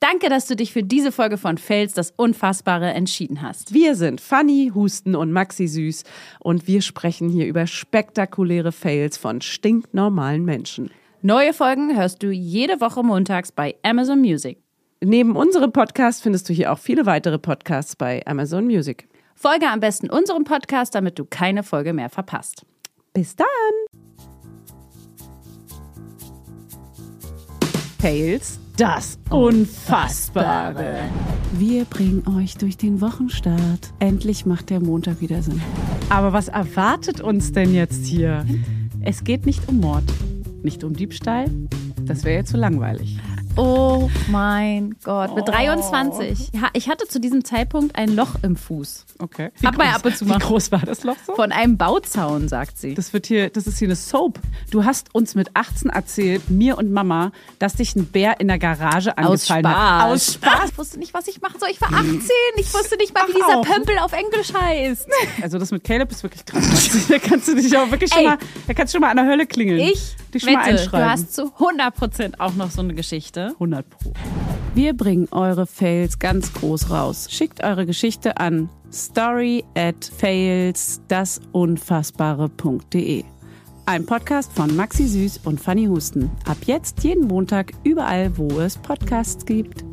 Danke, dass du dich für diese Folge von Fels das Unfassbare entschieden hast. Wir sind Fanny, Husten und Maxi Süß und wir sprechen hier über spektakuläre Fails von stinknormalen Menschen. Neue Folgen hörst du jede Woche montags bei Amazon Music. Neben unserem Podcast findest du hier auch viele weitere Podcasts bei Amazon Music. Folge am besten unserem Podcast, damit du keine Folge mehr verpasst. Bis dann! Fails, das Unfassbare. Wir bringen euch durch den Wochenstart. Endlich macht der Montag wieder Sinn. Aber was erwartet uns denn jetzt hier? Es geht nicht um Mord, nicht um Diebstahl. Das wäre ja zu langweilig. Oh mein Gott, Oh. mit 23. Ja, Ich hatte zu diesem Zeitpunkt ein Loch im Fuß. Okay. Ab mal ab und zu Wie mal. groß war das Loch so? Von einem Bauzaun, sagt sie. Das wird hier, das ist hier eine Soap. Du hast uns mit 18 erzählt, mir und Mama, dass dich ein Bär in der Garage angefallen hat. Aus Spaß. Ich Hm. wusste nicht, was ich machen soll. Ich war 18. Ich wusste nicht mal, wie Ach, dieser auch. Pömpel auf Englisch heißt. Also das mit Caleb ist wirklich krass. da kannst du dich auch wirklich schon Ey. mal, da kannst du schon mal an der Hölle klingeln. Ich dich schon mal wette, einschreiben. du hast zu 100% auch noch so eine Geschichte. 100 pro. Wir bringen eure Fails ganz groß raus. Schickt eure Geschichte an story at failsdasunfassbare.de. E. Ein Podcast von Maxi Süß und Fanny Husten. Ab jetzt jeden Montag überall, wo es Podcasts gibt.